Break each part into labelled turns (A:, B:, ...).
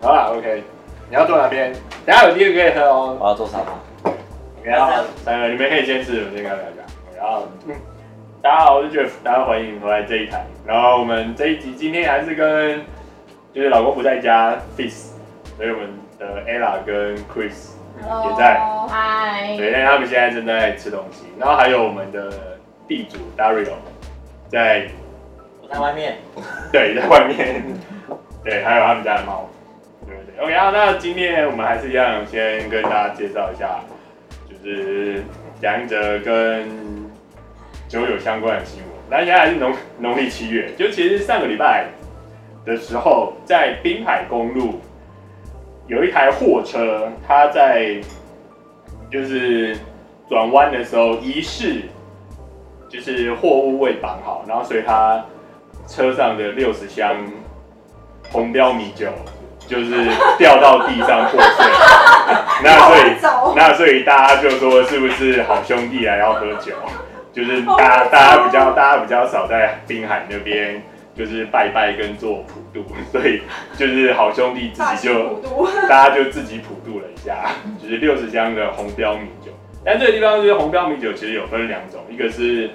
A: OK，你要坐哪边？等下有第二个可以喝哦。
B: 我要做沙发。
A: OK，然后三个你们可以先吃，我们先跟大家讲。然后，嗯，大家好，我是 Jeff，大家欢迎回来这一台。然后我们这一集今天还是跟就是老公不在家 f i s 所以我们的 Ella 跟 Chris 也在。
C: 嗨，
A: 对，但他们现在正在吃东西，然后还有我们的地主 Dario 在
B: 我在外面。
A: 对在外面，对，还有他们家的猫，对不对？OK 啊，那今天我们还是一样，先跟大家介绍一下，就是杨哲跟酒有相关的新闻。那现在还是农农历七月，就其实上个礼拜的时候，在滨海公路有一台货车，它在就是转弯的时候疑似就是货物未绑好，然后所以他车上的六十箱红标米酒就是掉到地上破碎， 那所以
C: 走，
A: 那所以大家就说是不是好兄弟还要喝酒？ 就是大家大家比较大家比较少在滨海那边就是拜拜跟做普渡， 所以就是好兄弟自己就 大家就自己普渡了一下， 就是六十箱的红标米酒。但这个地方就是红标米酒，其实有分两种，一个是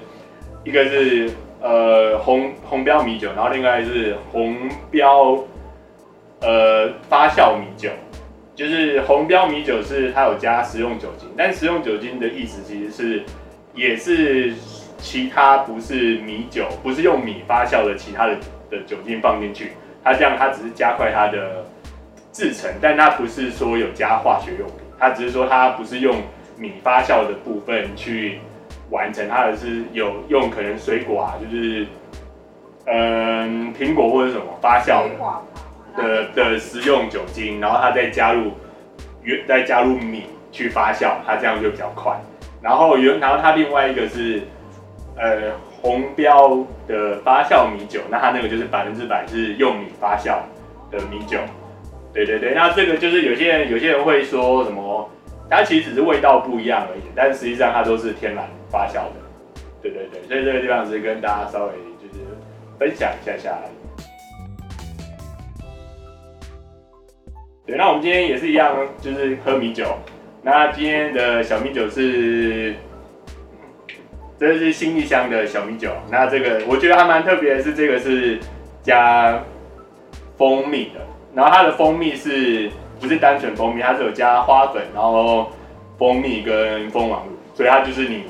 A: 一个是呃红红标米酒，然后另外是红标呃发酵米酒。就是红标米酒是它有加食用酒精，但食用酒精的意思其实是也是其他不是米酒，不是用米发酵的其他的的酒精放进去，它这样它只是加快它的制成，但它不是说有加化学用品，它只是说它不是用米发酵的部分去完成，它而是有用可能水果啊，就是嗯苹果或者什么发酵的。的的食用酒精，然后它再加入原再加入米去发酵，它这样就比较快。然后原然后它另外一个是呃红标的发酵米酒，那它那个就是百分之百是用米发酵的米酒。对对对，那这个就是有些人有些人会说什么，它其实只是味道不一样而已，但实际上它都是天然发酵的。对对对，所以这个地方是跟大家稍微就是分享一下下而已。对，那我们今天也是一样，就是喝米酒。那今天的小米酒是，这是新一箱的小米酒。那这个我觉得还蛮特别的是，这个是加蜂蜜的，然后它的蜂蜜是不是单纯蜂蜜，它是有加花粉，然后蜂蜜跟蜂王乳，所以它就是你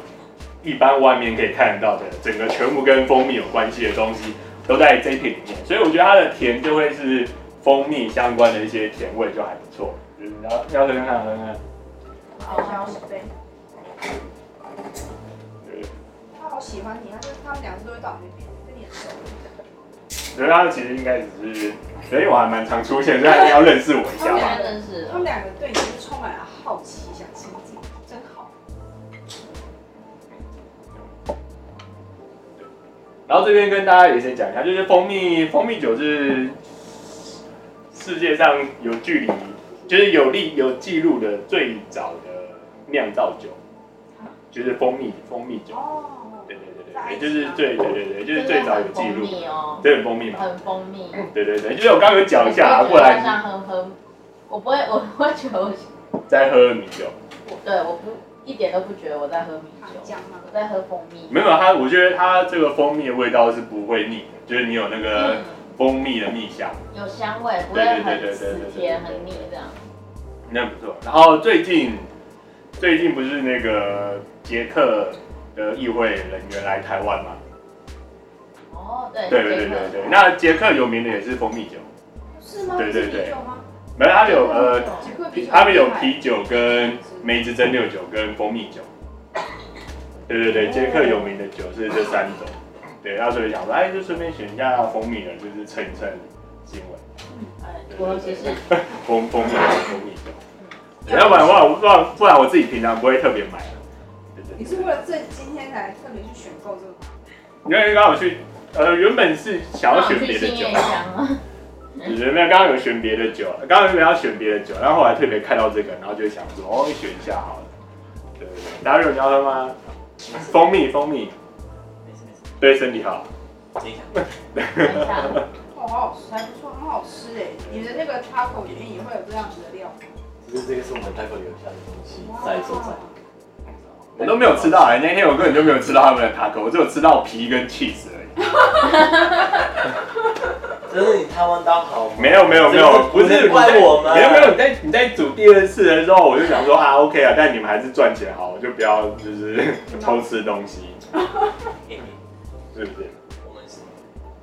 A: 一般外面可以看得到的整个全部跟蜂蜜有关系的东西都在这一瓶里面，所以我觉得它的甜就会是蜂蜜相关的一些甜味就还不错。嗯，然后要喝看看，喝看看。
C: 好消失呗。
A: 对
C: 他好喜欢你，他就他们两个都会倒霉边，跟你很熟。
A: 我觉得它其实应该只是，所以我还蛮常出现，所以他要认识我一下 吧。
D: 认识
C: 他们两个对你就充满了好奇，想亲近，真好。
A: 然后这边跟大家也先讲一下，就是蜂蜜蜂蜜酒是世界上有距离，就是有历有记录的最早的酿造酒，就是蜂蜜蜂蜜酒。
C: 哦，
A: 对对对对，对就是最对对对，就是最早有记录，
D: 哦，
A: 对蜂蜜嘛。
D: 很蜂蜜。
A: 对对对，就是我刚刚有讲一下，啊不
D: 我
A: 然
D: 想喝喝，我不会，我我会觉得我，
A: 再喝米酒。
D: 对，我不一点都不觉得我在喝米
C: 糖
D: 酒，
C: 浆啊吗？
D: 我在喝蜂蜜。
A: 没有它，我觉得它这个蜂蜜的味道是不会腻的，就是你有那个
D: 嗯，
A: 蜂蜜的蜜香。
D: 有香味，不会很死甜很腻这样。
A: 那不错。然后最近最近不是那个捷克的议会人员来台湾嘛？
D: 哦，对，
A: 对对对对对。那捷克有名的也是蜂蜜酒，
C: 是吗？
A: 对对
C: 是
A: 对
C: 啤酒吗？
A: 没有它有呃，
C: 杰克啤
A: 啤
C: 酒，
A: 他们有啤酒跟梅子蒸馏酒跟蜂蜜酒。对对对，捷克有名的酒是这三种。对，那所以想说，哎，就顺便选一下蜂蜜了，就是蹭一蹭新闻。
D: 哎，我其实
A: 蜂蜂蜜酒蜂蜜酒。对要不然的话，我不然不然我自己平常不会特别买的。对对对
C: 你是为了这今天才特别去选购这个吗？
A: 因为刚好去，呃，原本是想要选别的酒，
D: 香啊，
A: 就是没有刚刚有选别的酒，啊刚刚原本要选别的酒，然后后来特别看到这个，然后就想说，哦，选一下好了。对对对，大家有你要喝吗？蜂蜜，蜂蜜，
B: 没事没事，
A: 对身体好。
B: 自己想。
D: 很香。
C: 哇，哦，好好吃，还不错，很好吃哎。你的那个 taco 里面也会有这样子的料吗？
B: 只是这个是我们待会留下的东西，再做再。
A: 我都没有吃到哎、那天我根本就没有吃到他们的塔可，我只有吃到皮跟 cheese 而已。
B: 只是你台湾刀好吗？
A: 没有没有没有，不是
B: 怪我们，
A: 没有没有，你在你在煮第二次的时候，我就想说啊 OK 啊，但你们还是赚钱好，我就不要就是 偷吃东西，
B: 欸。
A: 是不是？
B: 我们是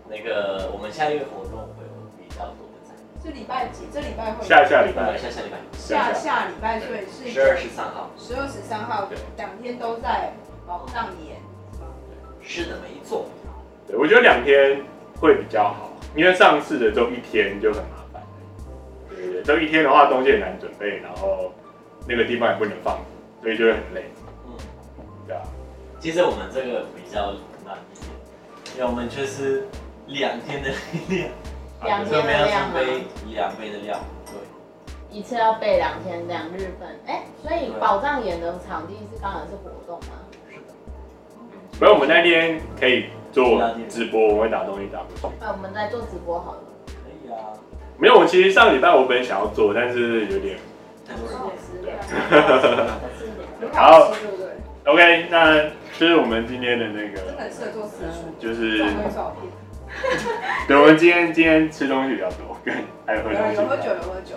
B: 那个我们下一个活动会有比较多的展览，
C: 是礼拜几？这礼拜会有
A: 下下礼
B: 我
A: 拜
B: 们下下礼拜
C: 下下礼拜，所以是
B: 十二十三号。
C: 十二十三号
B: 对
C: 两天都在网上演，是吗？
B: 是的，没错。
A: 对，我觉得两天会比较好，因为上次的都一天就很麻烦。对对对，都一天的话东西很难准备，然后那个地方也不能放，所以就会很累。
B: 嗯，
A: 对啊，
B: 其实我们这个比较慢一点，因为我们就是两天的量，
D: 两
B: 所以
A: 啊
B: 我
D: 天的
B: 们要
D: 量
B: 准备
D: 吗？
B: 啊两倍的量。对。
D: 一次要备两天量日本，哎，所以宝藏演的场地是刚好是活动吗？
A: 所以我们那天可以做直播，我们会打东西打过去。
D: 哎那我们再做直播好了。
B: 可以啊，
A: 没有，我其实上礼拜我本来想要做，但是有点
B: 太多人
D: 好吃
A: 对
C: 很好吃，对
D: 吃一点
C: 不对？
A: OK。那就是我们今天的那
C: 真的
A: 个，
C: 很适合做私厨，
A: 就是
C: 这种会照片。
A: 对，我们今天今天吃东西比较多，跟还有喝
C: 有
A: 东
C: 人
A: 西。
C: 有喝酒，有喝酒，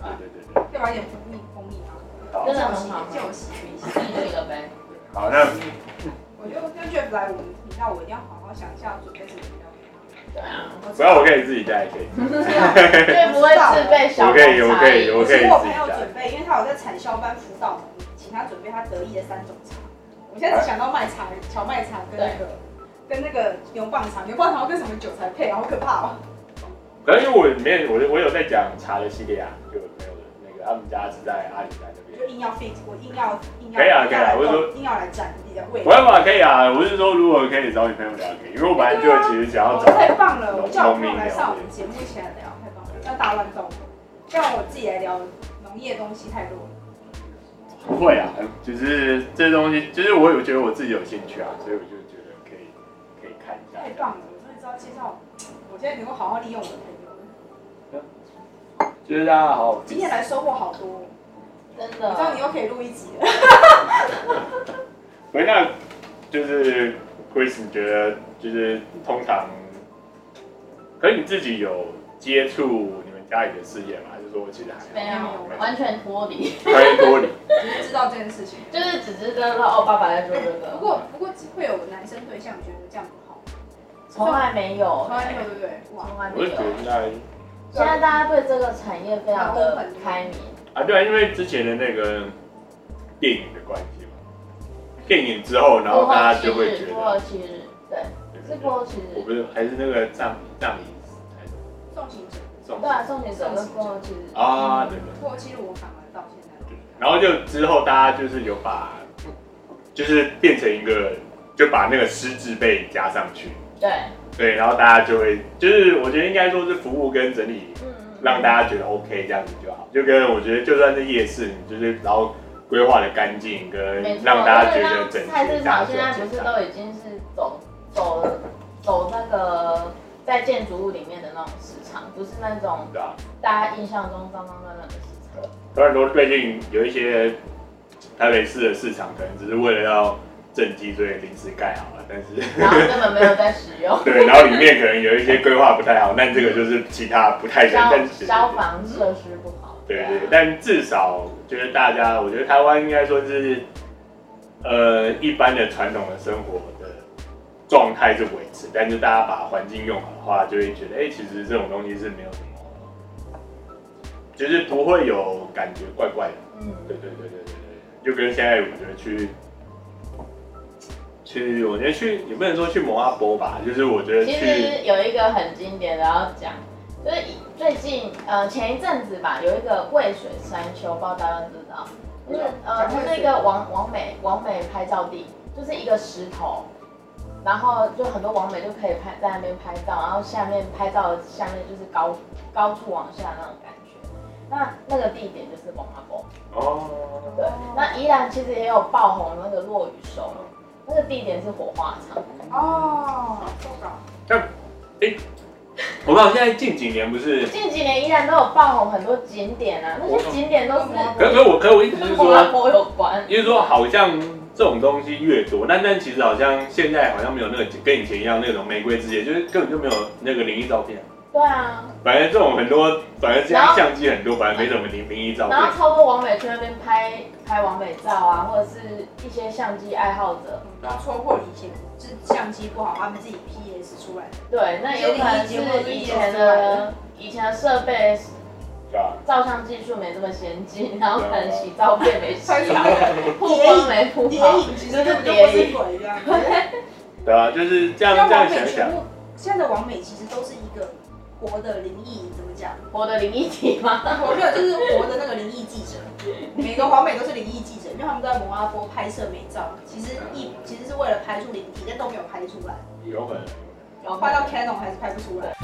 A: 对对对对。
C: 要不然点蜂蜜蜂蜜啊，
A: 好
D: 真，的很好
C: 借我洗一下。
D: 第一个呗。
A: 好，那
C: 我就就 Jeff 来我们频道，我一定要好好想一下准备什么料给他。
D: 对啊，
A: 不要我可以自己带，可以。
D: 对，不会自备小
A: 我可以我可以
D: 红
A: 我可
D: 茶饮
A: 以
C: 是我朋友准备，因为他有在产销班辅导我们，请他准备他得意的三种茶。我现在只想到麦茶、荞麦茶跟那个跟那个牛蒡茶，牛蒡茶要跟什么酒才配？好可怕哦！
A: 可能因为我里面我我有在讲茶的系列啊，就有朋友的那个他们家是在阿里山那
C: 我就
A: 边。
C: 硬要 fit，我硬要硬要
A: 可以啊
C: 硬要来
A: 可以啊我就
C: 动硬要来占你的位
A: 我。要嘛可以啊，我是说如果可以找你朋友聊可以，因为我本来就其实想要
C: 我
A: 找。
C: 太棒了！我叫我朋友来上我们节目一起来聊，太棒了！要大乱斗，让我自己来聊农业东西太弱了。
A: 不会啊，就是这东西，就是我有觉得我自己有兴趣啊，所以我就觉得可以可以看一下。
C: 太棒了！我真的知道介绍，我现在能够好好利用我的朋友了。
A: 就是大家好，
C: 今天来收获好多，
D: 真
C: 我知道
D: 的
C: 你。又可以录一集了。
A: 回那就是 Chris，你觉得就是通常，可是你自己有接触你们家里的事业吗？还是说其实还
D: 没有，完全脱离，
A: 好可以多理？
C: 只是知道这件事情。
D: 就是只知道哦，爸爸在说这
C: 不
D: 个，
C: 过不过会有男生对象觉得这样不好，
D: 从来没有
C: 从，来没有对不对？哇，
D: 从来没
A: 我是觉得。
D: 有
A: 那
D: 现在大家对这个产业非常的开明，
A: 啊，对啊，因为之前的那个电影的关系嘛，啊电影之后，然后大家就会觉
D: 土耳
A: 得，
D: 其日，对，
A: 对
D: 是土耳其
A: 我
D: 日，
A: 不是还是那个葬葬礼还是
C: 送行者，
A: 送
D: 对啊，重点整个土耳其日
A: 啊，对对
C: 不过其实我反而到现在都
A: 对，然后就之后大家就是有把，就是变成一个，就把那个师字辈加上去，
D: 对，
A: 对，然后大家就会，就是我觉得应该说是服务跟整理，
D: 嗯嗯，
A: 让大家觉得 OK 这样子就好，就跟我觉得就算是夜市，你就是然后规划的干净跟
D: 没错，
A: 让大家觉得
D: 因为
A: 整齐，
D: 让菜市
A: 大
D: 场
A: 家
D: 现在不是都已经是走走走那个在建筑物里面的那种市场，不是那种
A: 对啊，
D: 大家印象中脏脏乱乱的市场。
A: 当然说最近有一些呃台北市的市场可能只是为了要政绩，所以临时盖好了，但是。。
D: 然后根本没有在使用
A: 对，然后里面可能有一些规划不太好，但这个就是其他不太想
D: 消
A: 但是
D: 消防设施不好。
A: 对对对，但至少就是大家，我觉得台湾应该说是，呃，一般的传统的生活的状态是维持，但是大家把环境用好的话，就会觉得，哎、其实这种东西是没有什么，就是不会有感觉怪怪的。
D: 嗯，
A: 对对对对对对，就跟现在我觉得去。去，我觉得去也不能说去摩阿波吧，就是我觉得
D: 其
A: 去
D: 实有一个很经典的要讲，就是最近呃前一阵子吧，有一个渭水山丘，不知道大家知不知道，就是呃
C: 讲
D: 它
C: 渭水
D: 是一个王王美王美拍照地，就是一个石头。然后就很多网美就可以拍在那边拍照，然后下面拍照的下面就是高高处往下那种感觉。那那个地点就是蒙阿波，
A: 哦，
D: 对，那宜兰其实也有爆红的那个落雨收，那个地点是火化场，
C: 哦，够搞。
A: 哎、我们好像现在近几年不是，
D: 近几年依然都有爆红很多景点啊，那些景点都是
A: 可可我可我一直是
D: 跟
A: 说
D: 花，博有关。
A: 就是说好像这种东西越多，但但其实好像现在好像没有那个跟以前一样那种玫瑰之夜，就是根本就没有那个灵异照片。
D: 对啊，
A: 反正这种很多，反正现
D: 然
A: 在
D: 后
A: 相机很多，反正没什么灵灵异照片
D: 然。后超多网美去那边拍拍网美照啊，或者是一些相机爱好者，
C: 嗯然后戳破以前是相机不好，他们自己 PS 出来的。
D: 对，那有可能是以前的以前的设备
A: 对吧？
D: 照相技术没这么先进，然后可能洗照片没洗 好，曝
C: 谍
D: 光
C: 影，
D: 没曝
C: 谍
D: 好，
C: 影其
D: 就
C: 实根
D: 是
C: 本就不
D: 谍
C: 是
D: 影。
C: 鬼这样子。
A: 对啊，就是这样
C: 像
A: 这样
C: 王美
A: 想
C: 全
A: 想，
C: 部现在的王美其实都是一个活的灵异，怎么讲？
D: 我的灵异体吗？
C: 我没有，就是活的那个灵异记者。每个王美都是灵异记者，因为他们都在摩阿波拍摄美照，其实一其实是为了拍出灵体，但都没有拍出来。
A: 有可能。
D: 有
C: 嗯换到 Canon 还是拍不出来。